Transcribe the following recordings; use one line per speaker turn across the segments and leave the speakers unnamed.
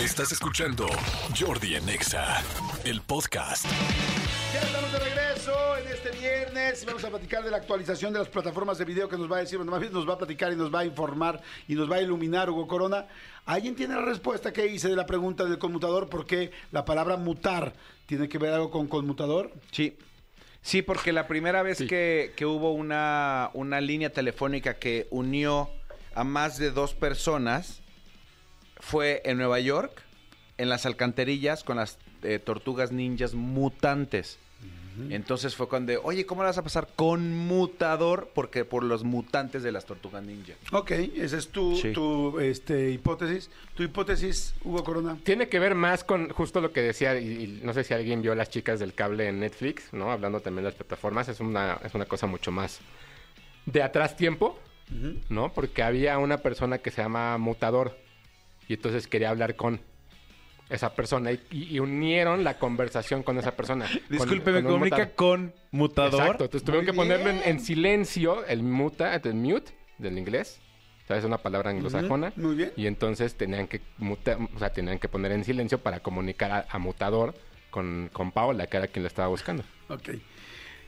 Estás escuchando Jordi en Exa, el podcast.
Ya estamos de regreso en este viernes y vamos a platicar de la actualización de las plataformas de video que nos va a decir, bueno, más bien nos va a platicar y nos va a informar y nos va a iluminar Hugo Corona. ¿Alguien tiene la respuesta que hice de la pregunta del conmutador? ¿Por qué la palabra mutar tiene que ver algo con conmutador?
Sí. Sí, porque la primera vez que, que hubo una, una línea telefónica que unió a más de dos personas fue en Nueva York, en las alcantarillas con las eh, tortugas ninjas mutantes. Entonces fue cuando, oye, ¿cómo la vas a pasar? Conmutador, porque por los mutantes de las tortugas ninja.
Ok, esa es tu,
Sí.
tu este, hipótesis. Tu hipótesis, Hugo Corona.
Tiene que ver más con justo lo que decía, y, y no sé si alguien vio las chicas del cable en Netflix, ¿no? Hablando también de las plataformas, es una, es una cosa mucho más de atrás tiempo, ¿no? Porque había una persona que se llama Mutador y entonces quería hablar con esa persona y, y- y unieron la conversación con esa persona. con-
Disculpe, me
con un
comunica
mutador.
con mutador.
Exacto, entonces tuvieron
Muy
que ponerlo en,
bien.
en silencio, el muta, el mute del inglés, ¿sabes? Una palabra anglosajona.
Ujú, muy bien.
Y entonces tenían que muta- o sea, tenían que poner en silencio para comunicar a, a mutador con, con Paola, que era quien la estaba buscando.
Ok.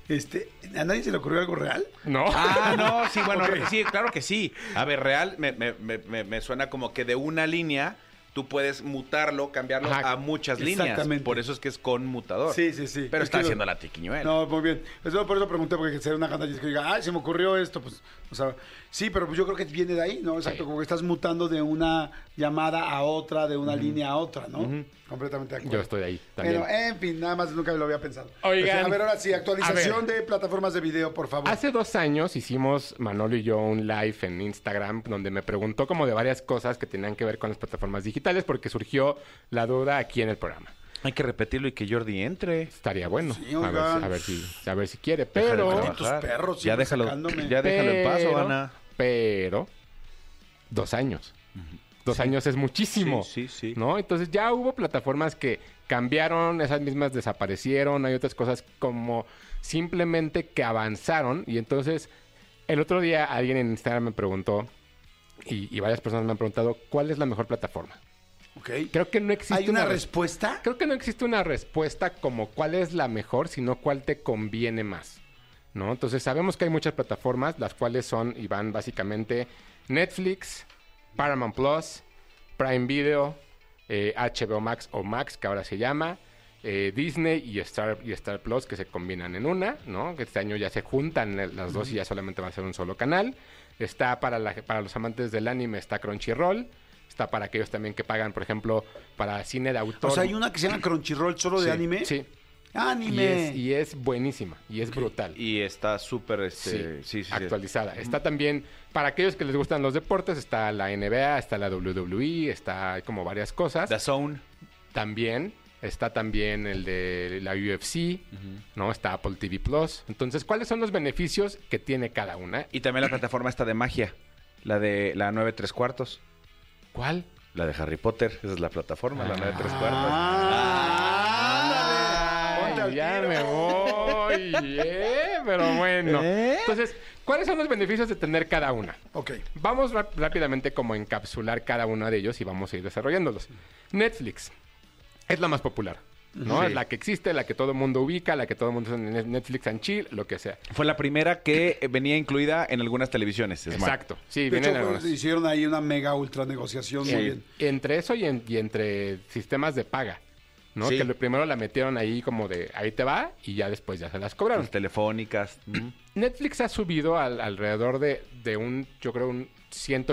Este, ¿A nadie se le ocurrió algo real?
No.
Ah, no, sí, bueno, sí, claro que sí. A ver, real, me, me- me- me- me suena como que de una línea tú puedes mutarlo, cambiarlo
Ajá,
a muchas líneas.
exactamente.
Por eso es que es conmutador.
Sí, sí, sí.
Pero
Es
está
que lo-
haciendo la tiquiñuela.
No, muy bien. Eso por eso pregunté, porque sería una gandalla que diga, ay, se me ocurrió esto. Pues, o sea, sí, pero pues yo creo que viene de ahí, ¿no? Exacto,
Sí.
como que estás mutando de una llamada a otra, de una línea a otra, ¿no? Completamente de acuerdo.
Yo estoy ahí también.
Pero, en fin, nada más nunca lo había pensado.
Oigan.
Este, a ver, ahora sí, actualización
A ver.
de plataformas de video, por favor.
Hace dos años hicimos Manolo y yo un live en Instagram donde me preguntó como de varias cosas que tenían que ver con las plataformas digitales porque surgió la duda aquí en el programa.
Hay que repetirlo y que Jordi entre.
Estaría bueno.
Sí,
a, ver,
oigan.
si- a ver si, a ver si quiere.
Deja de
Pero.
trabajar.
Malditos perros
ya
siempre
déjalo,
sacándome.
ya déjalo en paz,
Pero-
Ana.
Pero, dos años. Dos años es muchísimo.
Sí, sí, sí.
¿No? Entonces ya hubo plataformas que cambiaron, esas mismas desaparecieron, hay otras cosas como simplemente que avanzaron. Y entonces, el otro día alguien en Instagram me preguntó, y, y varias personas me han preguntado, ¿cuál es la mejor plataforma?
Ok.
Creo que no existe
¿Hay una
respuesta.
respuesta?
Creo que no existe una respuesta como cuál es la mejor, sino cuál te conviene más. ¿No? Entonces sabemos que hay muchas plataformas, las cuales son y van básicamente Netflix, Paramount Plus, Prime Video, eh, HBO Max o Max, que ahora se llama, eh, Disney y Star, y Star Plus, que se combinan en una, ¿no? Que este año ya se juntan eh, las dos y ya solamente va a ser un solo canal. Está para, la- para los amantes del anime, está Crunchyroll. Está para aquellos también que pagan, por ejemplo, para cine de autor.
O sea, hay una que se llama Crunchyroll solo de
Sí,
anime.
Sí. Y
Anime.
es, y es buenísima y es brutal.
Y está súper este, sí, sí, sí.
actualizada. Está también, para aquellos que les gustan los deportes, está la NBA, está la WWE, está hay como varias cosas.
The Zone.
También está también el de la UFC, ¿no? Está Apple TV Plus. Entonces, ¿cuáles son los beneficios que tiene cada una?
Y también la plataforma está de magia. La de la 9 3 cuartos.
¿Cuál?
La de Harry Potter. Esa es la plataforma, la 9 3
pues,
cuartos.
ah.
Ah, ándale. Ponte al
Ay, ya
tiro.
me voy, ¿eh? Pero bueno. Entonces, ¿cuáles son los beneficios de tener cada una?
Ok.
Vamos rap- rápidamente como a encapsular cada uno de ellos y vamos a ir desarrollándolos. Netflix es la más popular, ¿no? Es la que existe, la que todo el mundo ubica, la que todo el mundo usa en Net- Netflix and Chill, lo que sea.
Fue la primera que eh, venía incluida en algunas televisiones. Smart.
Exacto.
De
Sí,
hecho,
vienen
pues,
algunas.
hicieron ahí una mega ultra negociación. Muy bien.
Entre eso y, en- y entre sistemas de paga, ¿no?
Sí.
Que lo primero la metieron ahí como de ahí te va y ya después ya se las cobraron.
Las telefónicas. mm.
Netflix ha subido al- alrededor de, de un, yo creo, un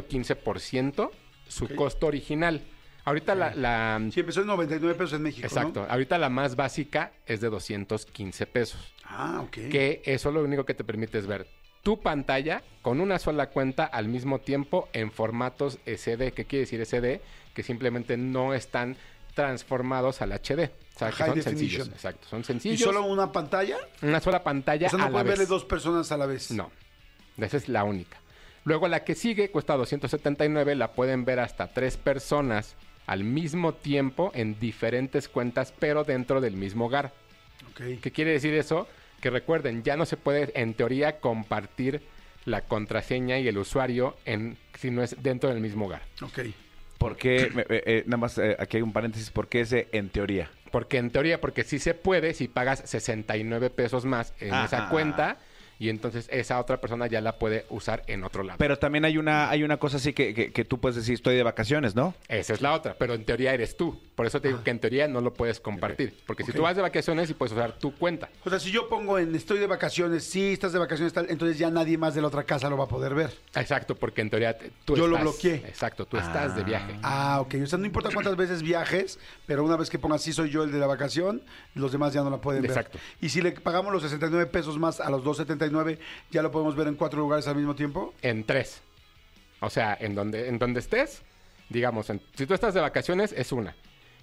115% su costo original. Ahorita la- la,
Sí, empezó en 99 pesos en México. ¿no?
Exacto. Ahorita la más básica es de 215 pesos.
Ah, ok.
Que eso lo único que te permite es ver tu pantalla con una sola cuenta al mismo tiempo en formatos SD. ¿Qué quiere decir SD? Que simplemente no están transformados al HD. O sea, que
High
son
definition.
sencillos. Exacto. Son
¿Y
sencillos.
solo una pantalla?
una sola pantalla
o sea, no
a la
pueden verle
vez.
dos personas a la vez.
No. Esa es la única. Luego la que sigue cuesta 279, la pueden ver hasta tres personas al mismo tiempo en diferentes cuentas, pero dentro del mismo hogar.
Ok.
¿Qué quiere decir eso? Que recuerden, ya no se puede en teoría compartir la contraseña y el usuario en, si no es dentro del mismo hogar.
Ok.
¿Por qué? me- eh, eh, nada más, eh, aquí hay un paréntesis. ¿Por qué ese en teoría?
Porque en teoría, porque sí se puede si pagas 69 pesos más en
Ajá.
esa cuenta y entonces esa otra persona ya la puede usar en otro lado.
Pero también hay una, hay una cosa así que, que- que tú puedes decir, estoy de vacaciones, ¿no?
Esa es la otra, pero en teoría eres tú. Por eso te
Ah.
digo que en teoría no lo puedes compartir. Porque si tú vas de vacaciones y puedes usar tu cuenta.
O sea, si yo pongo en estoy de vacaciones, sí, estás de vacaciones, tal, entonces ya nadie más de la otra casa lo va a poder ver.
Exacto, porque en teoría te- tú
Yo lo
estás-
bloqueé.
Exacto, tú estás de viaje.
Ah, ok. O sea, no importa cuántas veces viajes, pero una vez que pongas sí soy yo el de la vacación, los demás ya no la pueden
Exacto.
ver. Y si le pagamos los 69 pesos más a los 2.79, ¿ya lo podemos ver en cuatro lugares al mismo tiempo?
En tres. O sea, en donde, en donde estés, digamos, en- si tú estás de vacaciones, es una.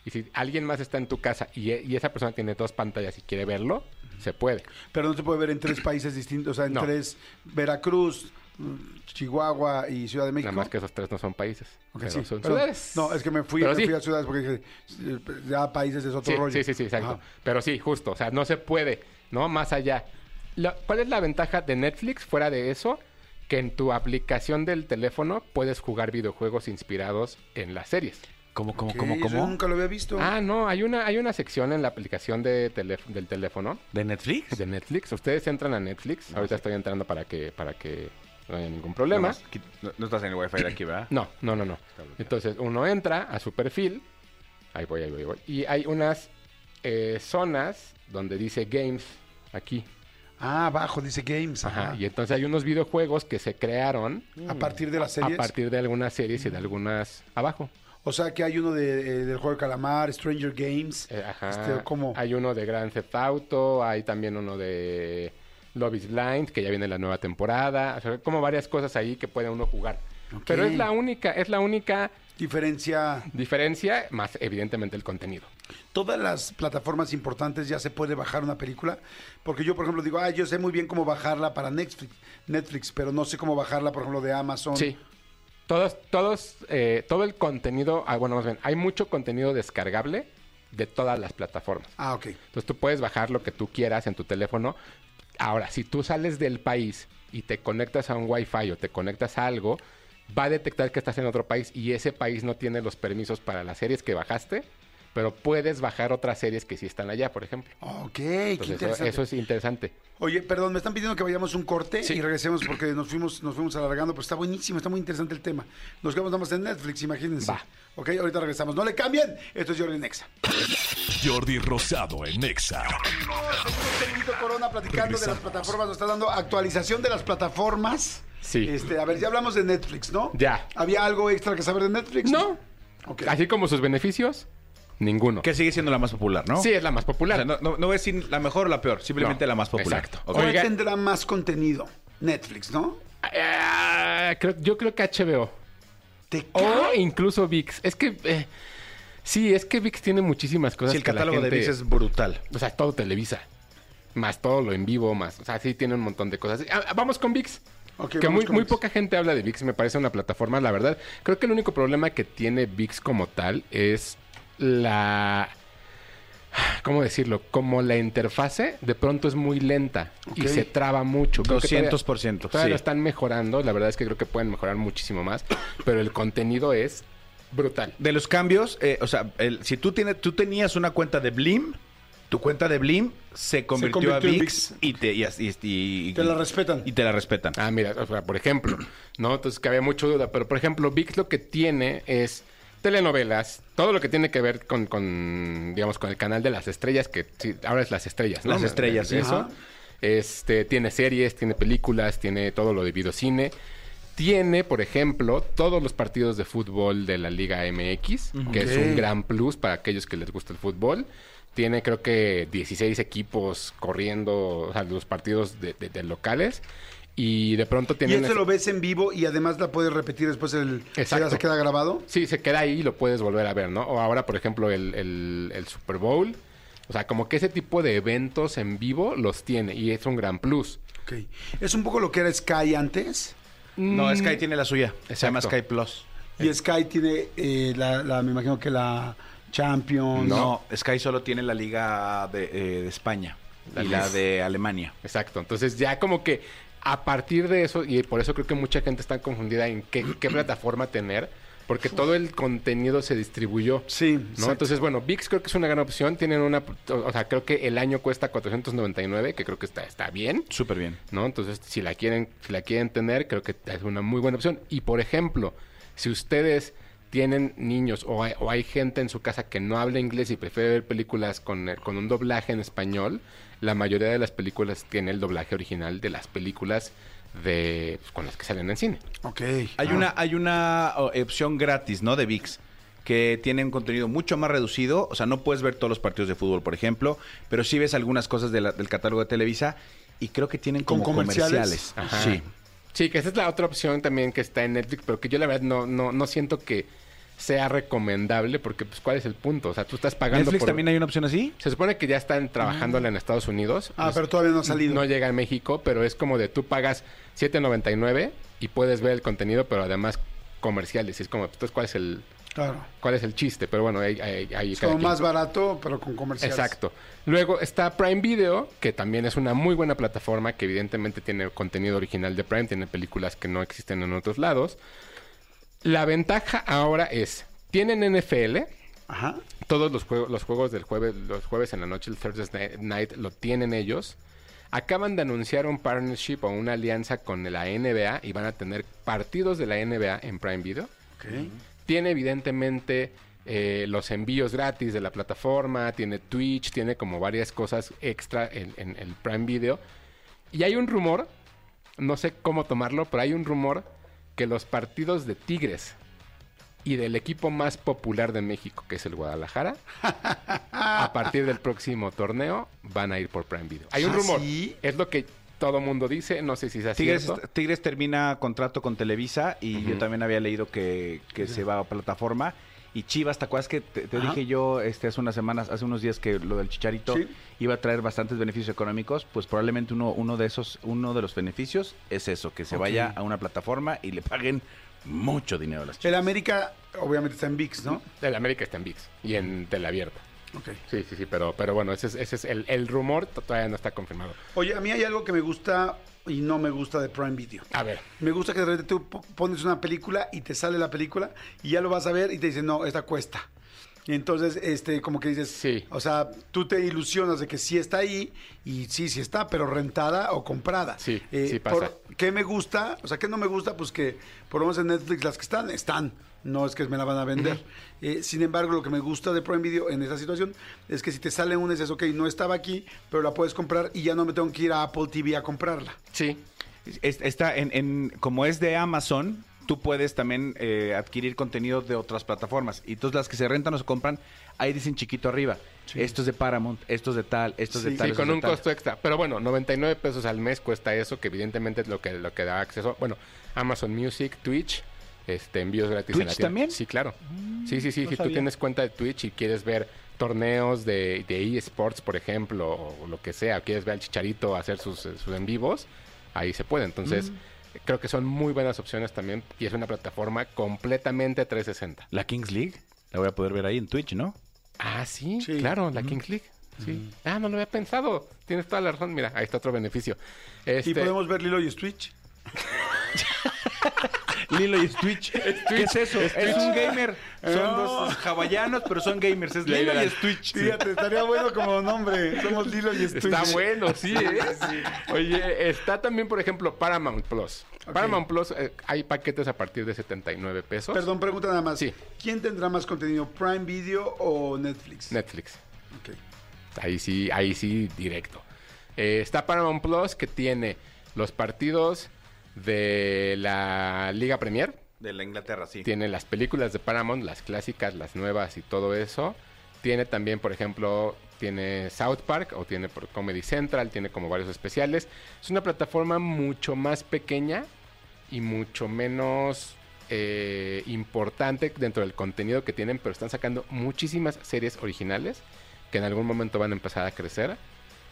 Y si alguien más está en tu casa y, e- y esa persona tiene dos pantallas y quiere verlo, se puede.
Pero no se puede ver en tres países distintos, o sea, en
No.
tres, Veracruz, mm, Chihuahua y Ciudad de México.
Nada más que esos tres no son países.
Ok,
pero
sí,
son
perdón.
ciudades.
No, es que me fui,
Pero
me
sí.
fui a ciudades porque dije, eh, ya países es otro
Sí,
rollo.
sí, sí, sí, exacto.
Ajá.
Pero sí, justo. O sea, no se puede, ¿no? Más allá. Lo- ¿Cuál es la ventaja de Netflix fuera de eso? Que en tu aplicación del teléfono puedes jugar videojuegos inspirados en las series.
¿Cómo, cómo,
Ok, eso Nunca lo había visto.
Ah, no, hay una, hay una sección en la aplicación de teléf- del teléfono
¿De Netflix?
de Netflix. Ustedes entran a Netflix. Ahorita estoy entrando para que, para que no haya ningún problema.
Nada más, qui- No, no estás en el wifi de aquí, ¿verdad?
No, no, no, no. Entonces uno entra a su perfil. Ahí voy, ahí voy, ahí voy. Y hay unas eh, zonas donde dice games aquí.
Ah, abajo dice Games.
Ajá.
ajá.
Y entonces hay unos videojuegos que se crearon
A partir de las
a
series.
partir de algunas series y de algunas abajo.
O sea, que hay uno de, eh, del juego de calamar, Stranger Games.
Eh, ajá.
Este, ¿cómo?
Hay uno de Grand Theft Auto, hay también uno de Love is Blind, que ya viene la nueva temporada. O sea, como varias cosas ahí que puede uno jugar.
Ok.
Pero es la única, es la única
Diferencia.
diferencia, más evidentemente el contenido.
Todas las plataformas importantes ya se puede bajar una película. Porque yo, por ejemplo, digo, ah, yo sé muy bien cómo bajarla para Netflix, Netflix pero no sé cómo bajarla, por ejemplo, de Amazon.
Sí. Todos, todos, eh, todo el contenido, ah, bueno, más bien, hay mucho contenido descargable de todas las plataformas.
Ah, ok.
Entonces tú puedes bajar lo que tú quieras en tu teléfono. Ahora, si tú sales del país y te conectas a un Wi-Fi o te conectas a algo, va a detectar que estás en otro país y ese país no tiene los permisos para las series que bajaste, pero puedes bajar otras series que sí están allá, por ejemplo.
Ok, qué
Entonces, Pues, eso-
interesante.
eso es interesante.
Oye, perdón, me están pidiendo que vayamos un corte
Sí.
y regresemos porque nos fuimos, nos fuimos alargando, pero está buenísimo, está muy interesante el tema. Nos quedamos nada más en Netflix, imagínense.
Va.
Ok, ahorita regresamos. No le cambien. Esto es Jordi Nexa.
Jordi Rosado en Exa.
Benito Corona platicando de las
Regresamos.
plataformas, nos está dando actualización de las plataformas.
Sí.
Este, a ver, ya hablamos de Netflix, ¿no?
Ya.
¿Había algo extra que saber de Netflix?
No.
Ok.
Así como sus beneficios, ninguno.
Que sigue siendo la más popular, ¿no?
Sí, es la más
O
popular.
sea, no, no- no voy a decir la mejor o la peor, simplemente
No,
la más popular.
exacto.
Ok.
¿Cuál
Oiga.
tendrá más contenido? Netflix, ¿no?
Ah, creo- yo creo que HBO.
Te
O incluso VIX. Es que... eh, sí, es que VIX tiene muchísimas cosas
Sí, el
pues que la
catálogo de
gente-
VIX es brutal.
O sea, es todo Televisa. Más todo lo en vivo, más... O sea, sí tiene un montón de cosas. Ah, ah, vamos con VIX.
Ok,
que
vamos
muy,
con
muy
ViX.
poca gente habla de VIX. Me parece una plataforma, la verdad. Creo que el único problema que tiene VIX como tal es la... ¿Cómo decirlo? Como la interfase de pronto es muy lenta y
Ok.
se traba mucho. Creo que todavía-
200%,
Todavía
sí.
lo están mejorando. La verdad es que creo que pueden mejorar muchísimo más. Pero el contenido es brutal.
De los cambios, eh, o sea, el- si tú, tienes, tú tenías una cuenta de Blim, tu cuenta de Blim se convirtió,
convirtió
a
en
VIX y te, y as- y- y-
Te la respetan.
Y te la respetan.
Ah, mira, o sea, por ejemplo, ¿no? Entonces que había mucha duda, pero por ejemplo, VIX lo que tiene es telenovelas, todo lo que tiene que ver con, con, digamos, con el canal de las estrellas, que sí, ahora es las estrellas, ¿no?
Las estrellas, sí.
Eso.
Ajá.
Este, tiene series, tiene películas, tiene todo lo de videocine. Tiene, por ejemplo, todos los partidos de fútbol de la Liga MX, que es un
Ok.
gran plus para aquellos que les gusta el fútbol. Tiene, creo que, 16 equipos corriendo, o sea, los partidos de, de- de locales. Y de pronto
Y
tienen...
esto
ese-
lo ves en vivo y además la puedes repetir después el
Exacto.
se queda grabado.
Sí, se queda ahí y lo puedes volver a ver, ¿no? O ahora, por ejemplo, el, el- el Super Bowl. O sea, como que ese tipo de eventos en vivo los tiene y es un gran plus.
Ok. Es un poco lo que era Sky antes.
No, Sky tiene la suya. Se llama
Exacto.
Sky Plus.
Y Sky tiene eh, la, la- me imagino que la Champions.
No, Sky solo tiene la liga de, eh, de España
La
y
liga.
la de Alemania.
Exacto. Entonces ya como que a partir de eso, y por eso creo que mucha gente está confundida en qué, qué plataforma tener, porque todo el contenido se distribuyó.
Sí,
¿no?
exacto.
Entonces, bueno, VIX creo que es una gran opción. Tienen una, o sea, creo que el año cuesta 499, que creo que está, está bien.
Súper bien.
¿no? Entonces, si la quieren, si la quieren tener, creo que es una muy buena opción. Y por ejemplo, si ustedes tienen niños o hay, o hay gente en su casa que no habla inglés y prefiere ver películas con, eh, con un doblaje en español, la mayoría de las películas tiene el doblaje original de las películas de pues, con las que salen en cine.
Ok. Ah.
Hay una, hay una oh, opción gratis, ¿no? De VIX, que tienen contenido mucho más reducido. O sea, no puedes ver todos los partidos de fútbol, por ejemplo, pero sí ves algunas cosas de la- del catálogo de Televisa y creo que tienen
¿Con
como
comerciales?
comerciales.
Ajá.
Sí.
Sí, que esa es la otra opción también que está en Netflix, pero que yo la verdad no, no, no siento que sea recomendable porque pues cuál es el punto, o sea, tú estás pagando
¿Netflix
por-
también hay una opción así?
Se supone que ya están trabajándola en Estados Unidos.
Ah,
Es-
pero todavía no ha salido.
No llega a México, pero es como de tú pagas 7.99 y puedes ver el contenido, pero además comerciales. Y es como, entonces, ¿cuál es el,
Claro.
cuál es el chiste? Pero bueno, ahí... ahí, ahí
Es
cada
como
quien.
más barato, pero con comerciales.
Exacto. Luego está Prime Video, que también es una muy buena plataforma que evidentemente tiene contenido original de Prime, tiene películas que no existen en otros lados. La ventaja ahora es, tienen NFL,
Ajá.
todos los juegos, los juegos del jueves, los jueves en la noche, el Thursday Night, lo tienen ellos. Acaban de anunciar un partnership o una alianza con la NBA y van a tener partidos de la NBA en Prime Video.
Ok.
Tiene evidentemente eh, los envíos gratis de la plataforma, tiene Twitch, tiene como varias cosas extra en, en el Prime Video. Y hay un rumor, no sé cómo tomarlo, pero hay un rumor que los partidos de Tigres y del equipo más popular de México, que es el Guadalajara, a partir del próximo torneo van a ir por Prime Video. Hay un
¿Ah,
rumor,
sí?
es lo que todo mundo dice, no sé si es
Tigres,
cierto.
Tigres termina contrato con Televisa y yo también había leído que, que se va a plataforma. Y Chivas, ¿te acuerdas que te, te
Ajá.
dije yo este, hace unas semanas, hace unos días que lo del Chicharito
Sí.
iba a traer bastantes beneficios económicos? Pues probablemente uno, uno de esos, uno de los beneficios es eso, que se
Ok.
vaya a una plataforma y le paguen mucho dinero a las
El
Chivas.
América, obviamente, está en VIX, ¿no?
El América está en VIX y en Teleabierta.
Ok.
Sí, sí, sí, pero, pero bueno, ese es, ese es el, el rumor, t- todavía no está confirmado.
Oye, a mí hay algo que me gusta y no me gusta de Prime Video.
A ver,
Me gusta que de repente tú po- pones una película y te sale la película y ya lo vas a ver y te dicen, no, esta cuesta. Y entonces, este, como que dices,
Sí.
o sea, tú te ilusionas de que sí está ahí y sí, sí está, pero rentada o comprada. Eh,
Sí, sí pasa.
por- ¿Qué me gusta? O sea, ¿qué no me gusta? Pues que por lo menos en Netflix las que están, están. No es que me la van a vender. Eh, sin embargo, lo que me gusta de Prime Video en esa situación es que si te sale una, dices, ok, no estaba aquí, pero la puedes comprar y ya no me tengo que ir a Apple TV a comprarla.
sí,
Es- Está en, en- como es de Amazon, tú puedes también eh, adquirir contenido de otras plataformas. Y todas las que se rentan o se compran, ahí dicen chiquito arriba. Esto es de Paramount, esto es de tal, esto es
Sí.
de tal.
sí,
esto es
con
de
un
tal.
costo extra. Pero bueno, 99 pesos al mes cuesta eso, que evidentemente es lo que, lo que da acceso. Bueno, Amazon Music, Twitch, este, envíos gratis en la
¿Twitch
tienda.
también? Mm,
Sí, claro. sí, sí, sí,
no
si tú
sabía.
tienes cuenta de Twitch y quieres ver torneos de, de eSports, por ejemplo, o lo que sea, quieres ver al Chicharito hacer sus, eh, sus en vivos, ahí se puede. Entonces,
Mm.
creo que son muy buenas opciones también y es una plataforma completamente 360.
La Kings League la voy a poder ver ahí en Twitch, ¿no?
Ah, sí,
Sí.
claro, la Kings League. Sí. Ah, no lo había pensado. Tienes toda la razón. Mira, ahí está otro beneficio. Este,
Y podemos ver Lilo y Stitch.
Lilo y Twitch. ¿Qué es eso? Es, un gamer. Son
No.
dos hawaianos, pero son gamers. Es Lilo y Twitch.
Fíjate, estaría bueno como nombre. Somos Lilo y Stitch.
Está bueno, sí, ¿eh? Oye, está también, por ejemplo, Paramount Plus. Paramount Plus, eh, hay paquetes a partir de 79 pesos.
Perdón, pregunta nada más.
Sí.
¿Quién tendrá más contenido, Prime Video o Netflix?
Netflix.
Ok.
Ahí sí, ahí sí, directo. Eh, está Paramount Plus que tiene los partidos de la Liga Premier.
De la Inglaterra, sí.
Tiene las películas de Paramount, las clásicas, las nuevas y todo eso. Tiene también, por ejemplo, tiene South Park o tiene por Comedy Central, tiene como varios especiales. Es una plataforma mucho más pequeña y mucho menos eh, importante dentro del contenido que tienen, pero están sacando muchísimas series originales que en algún momento van a empezar a crecer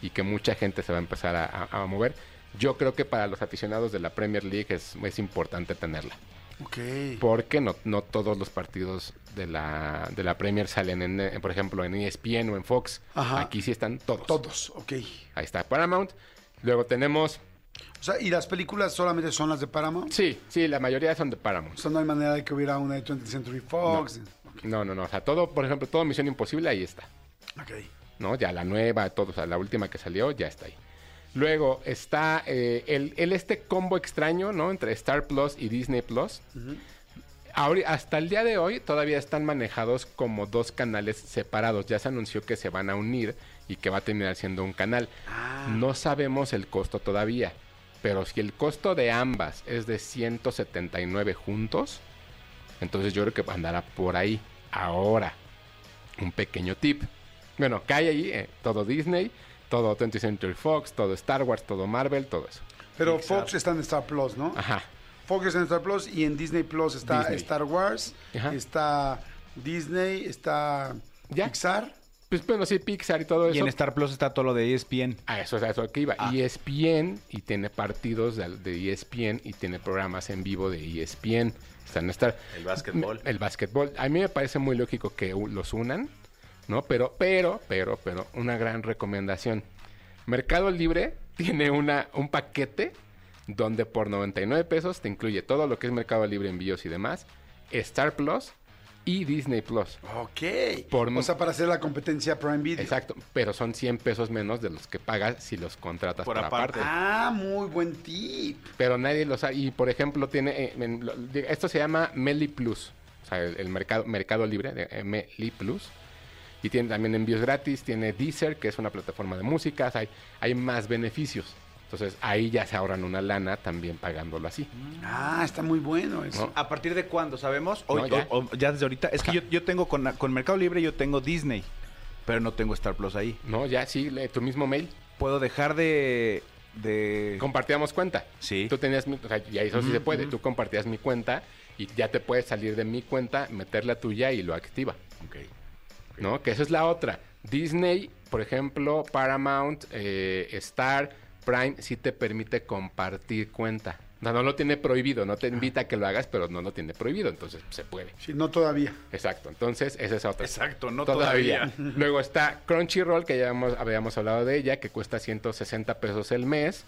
y que mucha gente se va a empezar a, a- a mover. Yo creo que para los aficionados de la Premier League es- es importante tenerla
Ok.
porque no, no todos los partidos de la, de la Premier salen, en, eh, por ejemplo, en ESPN o en Fox.
Ajá.
Aquí sí están todos.
Todos, ok.
Ahí está Paramount. Luego tenemos
O sea, ¿y las películas solamente son las de Paramount?
Sí, sí, la mayoría son de
O
Paramount.
sea, no hay manera de que hubiera una de 20th Century Fox.
No, no, no. O sea, todo, por ejemplo, todo Misión Imposible ahí está.
Ok.
¿no? Ya la nueva, todo, o sea, la última que salió, ya está ahí. Luego está eh, el, el este combo extraño, ¿no? Entre Star Plus y Disney Plus. Ahori- hasta el día de hoy todavía están manejados como dos canales separados. Ya se anunció que se van a unir y que va a terminar siendo un canal.
Ah,
Ah.
No sabemos el costo todavía. Pero si el costo de ambas es de 179 juntos, entonces yo creo que andará por ahí. Ahora, un pequeño tip. Bueno, cae ahí eh, todo Disney, todo 20th Century Fox, todo Star Wars, todo Marvel, todo eso.
Pero Fox está en Star Plus, ¿no?
Ajá.
Fox está en Star Plus y en Disney Plus está
Disney.
Star Wars,
Ajá.
está Disney, está
Ya.
Pixar.
Pues bueno, sí, Pixar y todo eso.
Y en Star Plus está todo lo
E
de ESPN.
A eso es a eso que iba.
Ah.
E ESPN y tiene partidos de, E de ESPN y tiene programas en vivo de E ESPN. Están estar
El básquetbol.
El básquetbol. A mí me parece muy lógico que u- los unan, ¿no? Pero, pero, pero, pero, una gran recomendación. Mercado Libre tiene una, un paquete donde por 99 pesos te incluye todo lo que es Mercado Libre, envíos y demás, Star Plus y Disney Plus.
Ok.
Por-
o sea, para hacer la competencia Prime Video.
Exacto, pero son 100 pesos menos de los que pagas si los contratas
Por
por aparte.
aparte.
Ah, muy buen tip.
Pero nadie lo sabe. Y por ejemplo, tiene. eh, en lo- di- esto se llama Meli Plus. O sea, el, el mercado, mercado libre de eh, Meli Plus. Y tiene también envíos gratis. Tiene Deezer, que es una plataforma de música. o sea, hay, hay más beneficios. Entonces ahí ya se ahorran una lana también pagándolo así.
Ah, está muy bueno eso.
No.
¿A partir de cuándo? ¿Sabemos?
No,
Hoy,
ya.
ya. ya desde ahorita. Es que yo, yo tengo con, con Mercado Libre, yo tengo Disney, pero no tengo Star Plus ahí.
No, ya sí, le- tu mismo mail.
¿Puedo dejar de. de...
Compartíamos cuenta.
Sí.
Tú tenías. mi- O sea, y eso sí se puede. Tú compartías mi cuenta y ya te puedes salir de mi cuenta, meter la tuya y lo activa. ¿no? Que esa es la otra. Disney, por ejemplo, Paramount, eh, Star, Prime, sí te permite compartir cuenta. No, no lo tiene prohibido, no te invita a que lo hagas, pero no lo tiene prohibido, entonces se puede.
Sí, no todavía.
Exacto, entonces esa es otra.
Exacto, no
Luego está Crunchyroll, que ya hemos- habíamos hablado de ella, que cuesta 160 pesos el mes.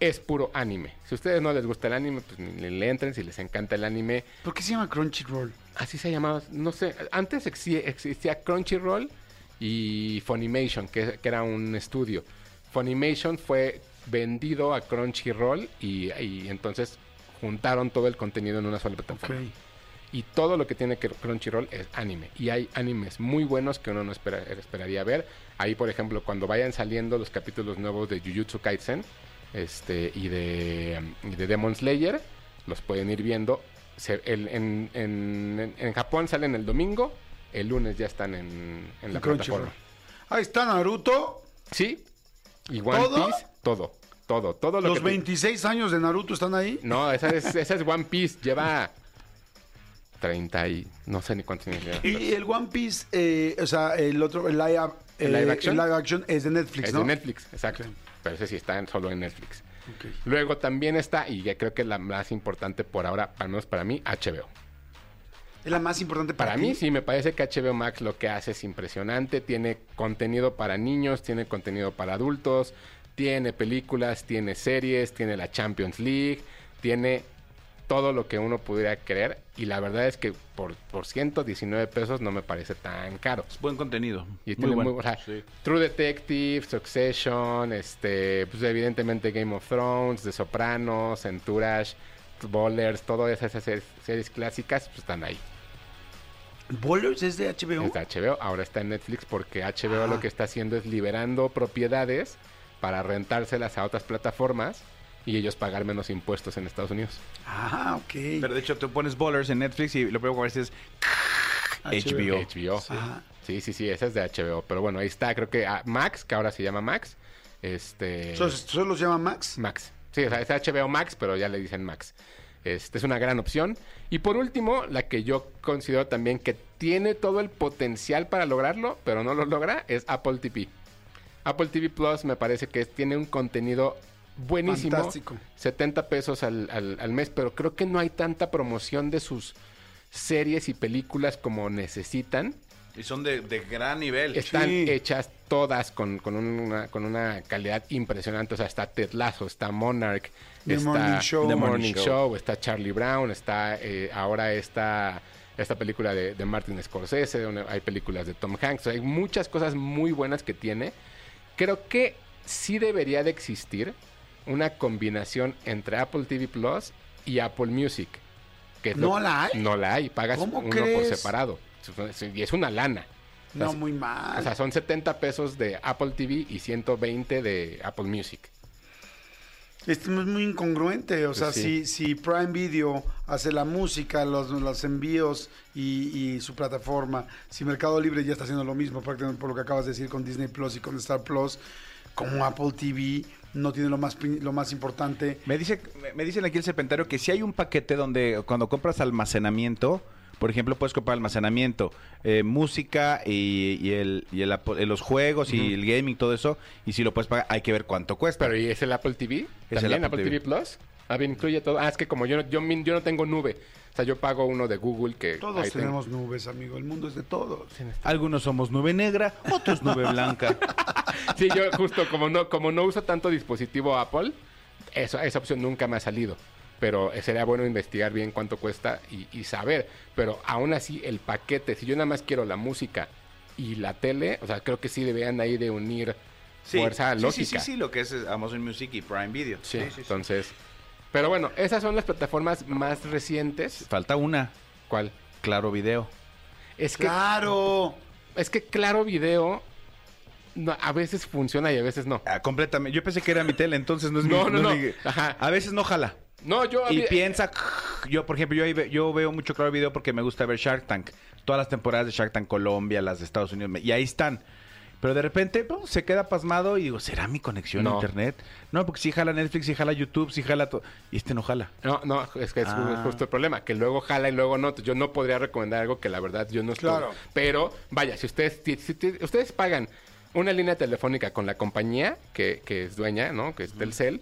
Es puro anime. Si a ustedes no les gusta el anime, pues ni le entren. Si les encanta el anime,
¿Por qué se llama Crunchyroll?
Así se llamaba, no sé, antes exi- existía Crunchyroll y Funimation, que, que era un estudio. Funimation fue vendido a Crunchyroll y, y entonces juntaron todo el contenido en una sola
Ok.
plataforma. Y todo lo que tiene que Crunchyroll es anime. Y hay animes muy buenos que uno no espera- esperaría ver. Ahí, por ejemplo, cuando vayan saliendo los capítulos nuevos de Jujutsu Kaisen este, y, de, y de Demon Slayer, los pueden ir viendo. Se- el- en, en- en- en Japón salen el domingo, el lunes ya están en, en la
Crunchyroll.
plataforma.
Ahí está Naruto.
Sí. Y One
¿Todo?
Piece, todo. Todo, todo lo
Los
que...
26 años de Naruto están ahí.
No, esa es, esa es One Piece. Lleva 30 y... No sé ni cuántos años lleva.
Y el One Piece, eh, o sea, el otro, el live, eh,
¿El live action?
el live action es de Netflix,
Es
¿no?
de Netflix, exacto.
Ok.
Pero ese sí está en- solo en Netflix.
Ok.
Luego también está, y ya creo que la más importante por ahora, al menos para mí, HBO.
Es la más importante para,
Para mí
ti?
sí, me parece que HBO Max lo que hace es impresionante. Tiene contenido para niños, tiene contenido para adultos, tiene películas, tiene series, tiene la Champions League, tiene todo lo que uno pudiera creer. Y la verdad es que por, por 119 pesos no me parece tan caro.
Buen contenido.
Y
muy
tiene
bueno.
muy- o sea, True Detective, Succession, este, pues evidentemente Game of Thrones, The Sopranos, Entourage, Bowlers, todas esas series, series clásicas pues, están ahí.
¿Bowlers es de HBO?
Está HBO, ahora está en Netflix porque HBO lo que está haciendo es liberando propiedades para rentárselas a otras plataformas y ellos pagar menos impuestos en Estados Unidos.
Ah, ok.
Pero de hecho, tú pones Ballers en Netflix y lo primero que aparece es HBO.
HBO.
Ajá.
Sí, sí, sí, esa es de HBO. Pero bueno, ahí está, creo que ah, Max, que ahora se llama Max. Este...
¿Solo, solo se llama Max?
Max. Sí, o sea, es HBO Max, pero ya le dicen Max. Este es una gran opción. Y por último, la que yo considero también que tiene todo el potencial para lograrlo, pero no lo logra, es Apple TV. Apple TV Plus me parece que tiene un contenido buenísimo.
Fantástico.
70 pesos al, al- al mes, pero creo que no hay tanta promoción de sus series y películas como necesitan.
Y son de, de gran nivel.
Están
Sí.
hechas todas con, con una, con una calidad impresionante. O sea, está Ted Lasso, está Monarch,
The
está
Morning Show. The
The Morning
Morning
Show, está Charlie Brown, está eh, ahora esta, esta película de, de Martin Scorsese, donde hay películas de Tom Hanks. O sea, hay muchas cosas muy buenas que tiene. Creo que sí debería de existir una combinación entre Apple TV Plus y Apple Music. que es
¿No la hay?
No la hay, pagas
¿Cómo
uno por
crees?
separado. Y es una lana.
No,
Las-
muy mal.
O sea, son 70 pesos de Apple TV y 120 de Apple Music.
Esto es muy incongruente, o sea,
sí.
si, si Prime Video hace la música, los, los envíos y, y su plataforma, si Mercado Libre ya está haciendo lo mismo, prácticamente por lo que acabas de decir con Disney Plus y con Star Plus, como Apple TV no tiene lo más, prin- lo más importante.
Me, dice, me- me dicen aquí el serpentario que si hay un paquete donde cuando compras almacenamiento, por ejemplo, puedes comprar almacenamiento, eh, música y, y el, y el apo- eh, los juegos y el gaming, todo eso, y si lo puedes pagar, hay que ver cuánto cuesta.
Pero ¿y es el Apple TV?
el
¿También Apple,
Apple TV.
TV. Plus? Ah, bien, incluye todo. Ah, es que como yo no, yo, min- yo no tengo nube. O sea, yo pago uno de Google que...
Todos
ahí tengo.
tenemos nubes, amigo, el mundo es de todos.
Algunos somos nube negra, otros nube blanca.
Sí, yo justo como no, como no uso tanto dispositivo Apple, eso, esa opción nunca me ha salido. Pero eh, sería bueno investigar bien cuánto cuesta y, y saber. Pero aún así, el paquete, si yo nada más quiero la música y la tele, o sea, creo que sí deberían ahí de unir fuerza
sí,
lógica.
Sí, sí, sí, lo que es es Amazon Music y Prime Video.
Sí, entonces. Pero bueno, esas son las plataformas más recientes.
Falta una,
¿Cuál?
claro video.
Es que,
¡Claro!
es que Claro Video no, a veces funciona y a veces no.
Ah, completamente. Yo pensé que era mi tele, entonces no es
No,
mi
no, no.
es mi-
Ajá.
A veces no jala.
No, yo
Y
había-
piensa, yo por ejemplo, yo, ahí ve- yo veo mucho claro video porque me gusta ver Shark Tank. Todas las temporadas de Shark Tank Colombia, las de Estados Unidos, me- y ahí están. Pero de repente pum, se queda pasmado y digo, ¿será mi conexión
No.
a internet? No, porque si jala Netflix, si jala YouTube, si jala todo. Y este no jala.
No, no, es que es ju-
Ah.
justo el problema, que luego jala y luego no. Yo no podría recomendar algo que la verdad yo no estoy.
Claro.
Pero vaya, si ustedes, si- si- si ustedes pagan una línea telefónica con la compañía que, que es dueña, ¿no? Que es Telcel.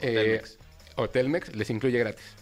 eh,
Telmex.
o Telmex, les incluye gratis,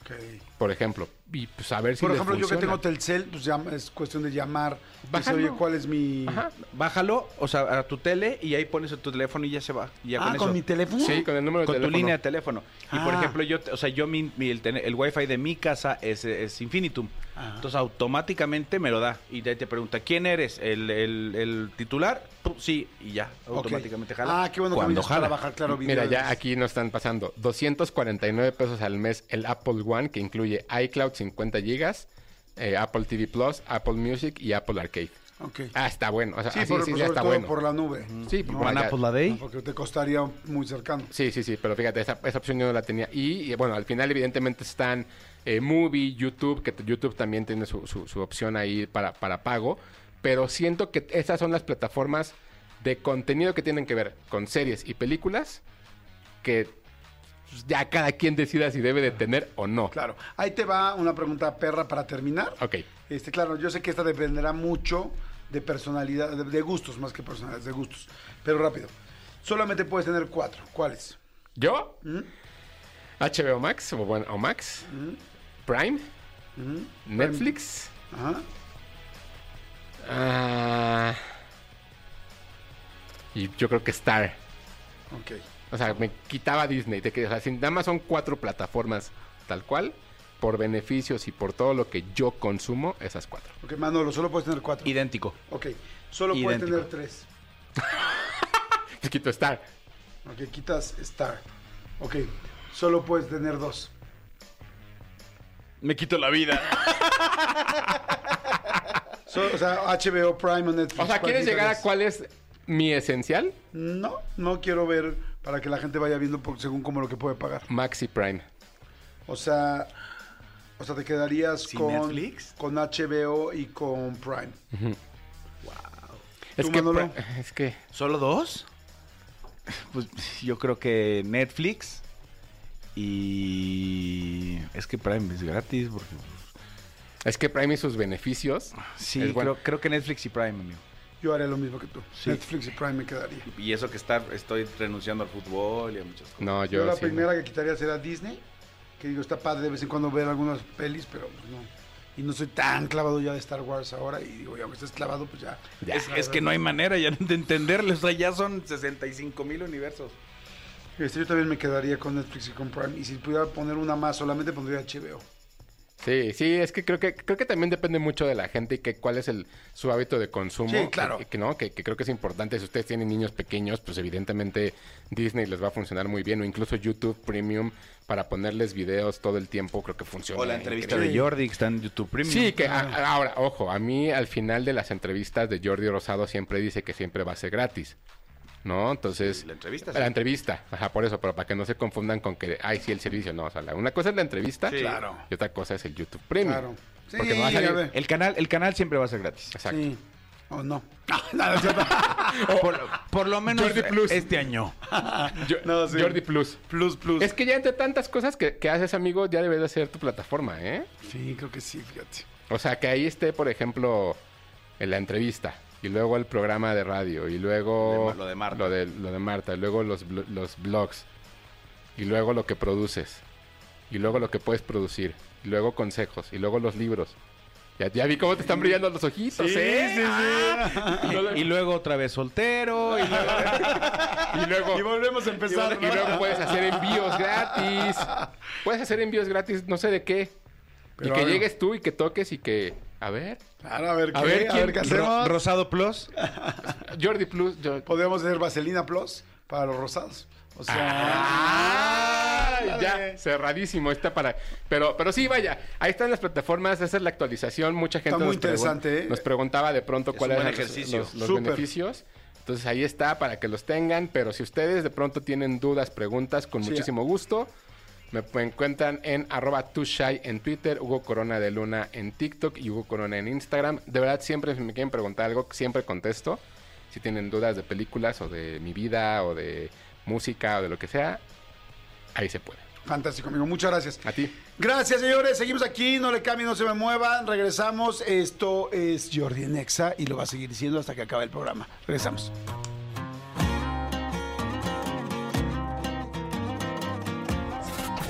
Ok.
por ejemplo. Y pues a ver si
Por
les
ejemplo, yo que
funciona.
tengo Telcel, pues ya es cuestión de llamar. Dice,
Bájalo.
oye, ¿cuál es mi...?
Ajá.
Bájalo, o sea, a tu tele y ahí pones tu teléfono y ya se va. Y ya
ah,
con,
¿con,
eso.
mi teléfono?
Sí, con el número de
con tu
teléfono.
línea de teléfono. Y por
Ah.
ejemplo, yo, te- o sea, yo mi, mi- el, tene- el wifi de mi casa es, es infinitum.
Ah.
Entonces automáticamente me lo da. Y de ahí te pregunta, ¿quién eres? ¿El, el- el titular? Tú, Sí, y ya,
Ok.
automáticamente jala.
Ah, qué bueno
Cuando
que me para
jala.
bajar claro video.
Mira,
de-
ya aquí nos están pasando 249 pesos al mes el Apple One, que incluye iCloud 50 GB, Apple TV Plus, Apple Music y Apple Arcade.
Ok.
Ah, está bueno. O sea,
sí,
así
por,
sí,
por-
ya
sobre
está
todo
bueno.
por la nube.
Sí,
No,
bueno, ya-
One Apple a
no,
Day.
porque te costaría muy cercano.
sí, sí, sí, pero fíjate, esa, esa opción yo no la tenía. Y, y, bueno, al final evidentemente están eh, Movie, YouTube, que t- YouTube también tiene su, su- su opción ahí para, para pago. Pero siento que esas son las plataformas de contenido que tienen que ver con series y películas que pues, ya cada quien decida si debe de tener o no.
Claro. Ahí te va una pregunta perra para terminar.
Ok.
Este, claro, yo sé que esta dependerá mucho de personalidad, de, de gustos más que personalidades, de gustos. Pero rápido. Solamente puedes tener cuatro. ¿Cuáles? ¿Mm?
¿Yo? HBO Max o, bueno, o Max. Prime. Netflix.
¿Mm? Ajá.
Ah. y yo creo que Star.
Ok.
O sea, me quitaba Disney. Te quedas, o sea, sin- nada más son cuatro plataformas tal cual. Por beneficios y por todo lo que yo consumo, esas cuatro.
Ok, Manolo, solo puedes tener cuatro.
Idéntico.
ok. Solo puedes
Idéntico.
tener tres.
Te quito Star.
Ok, quitas Star. Ok. Solo puedes tener dos.
Me quito la vida.
So- o sea, HBO, Prime o Netflix.
O sea, ¿quieres
cualquiera
llegar
es.
a cuál es mi esencial?
No, no quiero ver para que la gente vaya viendo por- según como lo que puede pagar.
Maxi Prime.
O sea, o sea, te quedarías
¿Sin
con
Netflix?
con HBO y con Prime.
Es
¿Tú,
que,
Manolo?
Pri- es que
¿Solo dos? Pues yo creo que Netflix y... Es que Prime es gratis porque...
es que Prime y sus beneficios.
Sí,
es bueno.
creo, creo que Netflix y Prime, amigo.
Yo haré lo mismo que tú.
Sí.
Netflix y Prime me quedaría.
Y eso que está, estoy renunciando al fútbol y a muchas cosas.
No,
Yo,
yo,
la
sí, no.
primera que quitaría será Disney, que digo, está padre de vez en cuando ver algunas pelis, pero pues, no. y no soy tan clavado ya de Star Wars ahora. Y digo, ya que estés clavado, pues ya.
Es, es que no hay manera ya de entenderle. O sea, ya son 65 mil universos.
Este, yo también me quedaría con Netflix y con Prime. Y si pudiera poner una más, solamente pondría HBO.
Sí, sí, es que creo que creo que también depende mucho de la gente y que cuál es el su hábito de consumo.
Sí, claro.
Que, que no, que, que creo que es importante. Si ustedes tienen niños pequeños, pues evidentemente Disney les va a funcionar muy bien o incluso YouTube Premium para ponerles videos todo el tiempo. Creo que funciona.
O la entrevista
increíble.
de Jordi que está en YouTube Premium.
Sí, que a- a- ahora, ojo, a mí al final de las entrevistas de Jordi Rosado siempre dice que siempre va a ser gratis. ¿No? Entonces.
Sí, la entrevista, sí.
La entrevista. Ajá, por eso, pero para que no se confundan con que, ay, sí, el servicio. No, o sea, la- una cosa es la entrevista.
Sí. Claro.
Y otra cosa es el YouTube Premium.
Claro. Sí,
Porque me va a salir-
a ver.
El canal, el canal siempre va a ser gratis.
Exacto.
Sí. O no. No, no, no, es cierto.
Oh.
Por, por lo menos
Jordi Plus.
este año.
Yo-
No, sí.
Jordi Plus.
Plus, plus.
Es que ya entre tantas cosas que, que haces, amigo, ya debes de hacer tu plataforma, ¿eh?
Sí, creo que sí, fíjate.
O sea, que ahí esté, por ejemplo, en la entrevista. Y luego el programa de radio. Y luego...
Lo de- lo de Marta.
Lo de, lo de Marta. y Luego los, blo- los blogs. Y luego lo que produces. Y luego lo que puedes producir. Y luego consejos. Y luego los libros. Ya, ya vi cómo te están brillando los ojitos, ¿eh? Ah.
Y, y luego otra vez soltero. Y luego...
Y luego...
Y volvemos a empezar.
Y luego puedes hacer envíos gratis. Puedes hacer envíos gratis, no sé de qué.
Pero
y que
algo.
llegues tú y que toques y que. A ver.
Claro, a ver qué,
A
a
ver
ver,
quién-
qué
Ro-
hacemos.
Rosado Plus.
Jordi Plus. yo-
Podríamos hacer Vaselina Plus para los rosados. O sea.
¡Ay! ya, cerradísimo. Está para. Pero, pero sí, vaya. Ahí están las plataformas. Esa es la actualización. Mucha gente
muy
nos, pregun-
interesante, ¿eh?
nos preguntaba de pronto
Es
cuáles
un buen
eran los-
ejercicio.
los, los
Súper.
beneficios. Entonces ahí está para que los tengan. Pero si ustedes de pronto tienen dudas, preguntas, con
Sí.
muchísimo gusto. Me me encuentran en arroba tushai en Twitter, Hugo Corona de Luna en TikTok y Hugo Corona en Instagram. De verdad, siempre si me quieren preguntar algo, siempre contesto. Si tienen dudas de películas o de mi vida o de música o de lo que sea, ahí se puede.
Fantástico, amigo. Muchas gracias.
A ti.
Gracias, señores. Seguimos aquí. No le cambien, no se me muevan. Regresamos. Esto es Jordi Nexa y lo va a seguir siendo hasta que acabe el programa. Regresamos.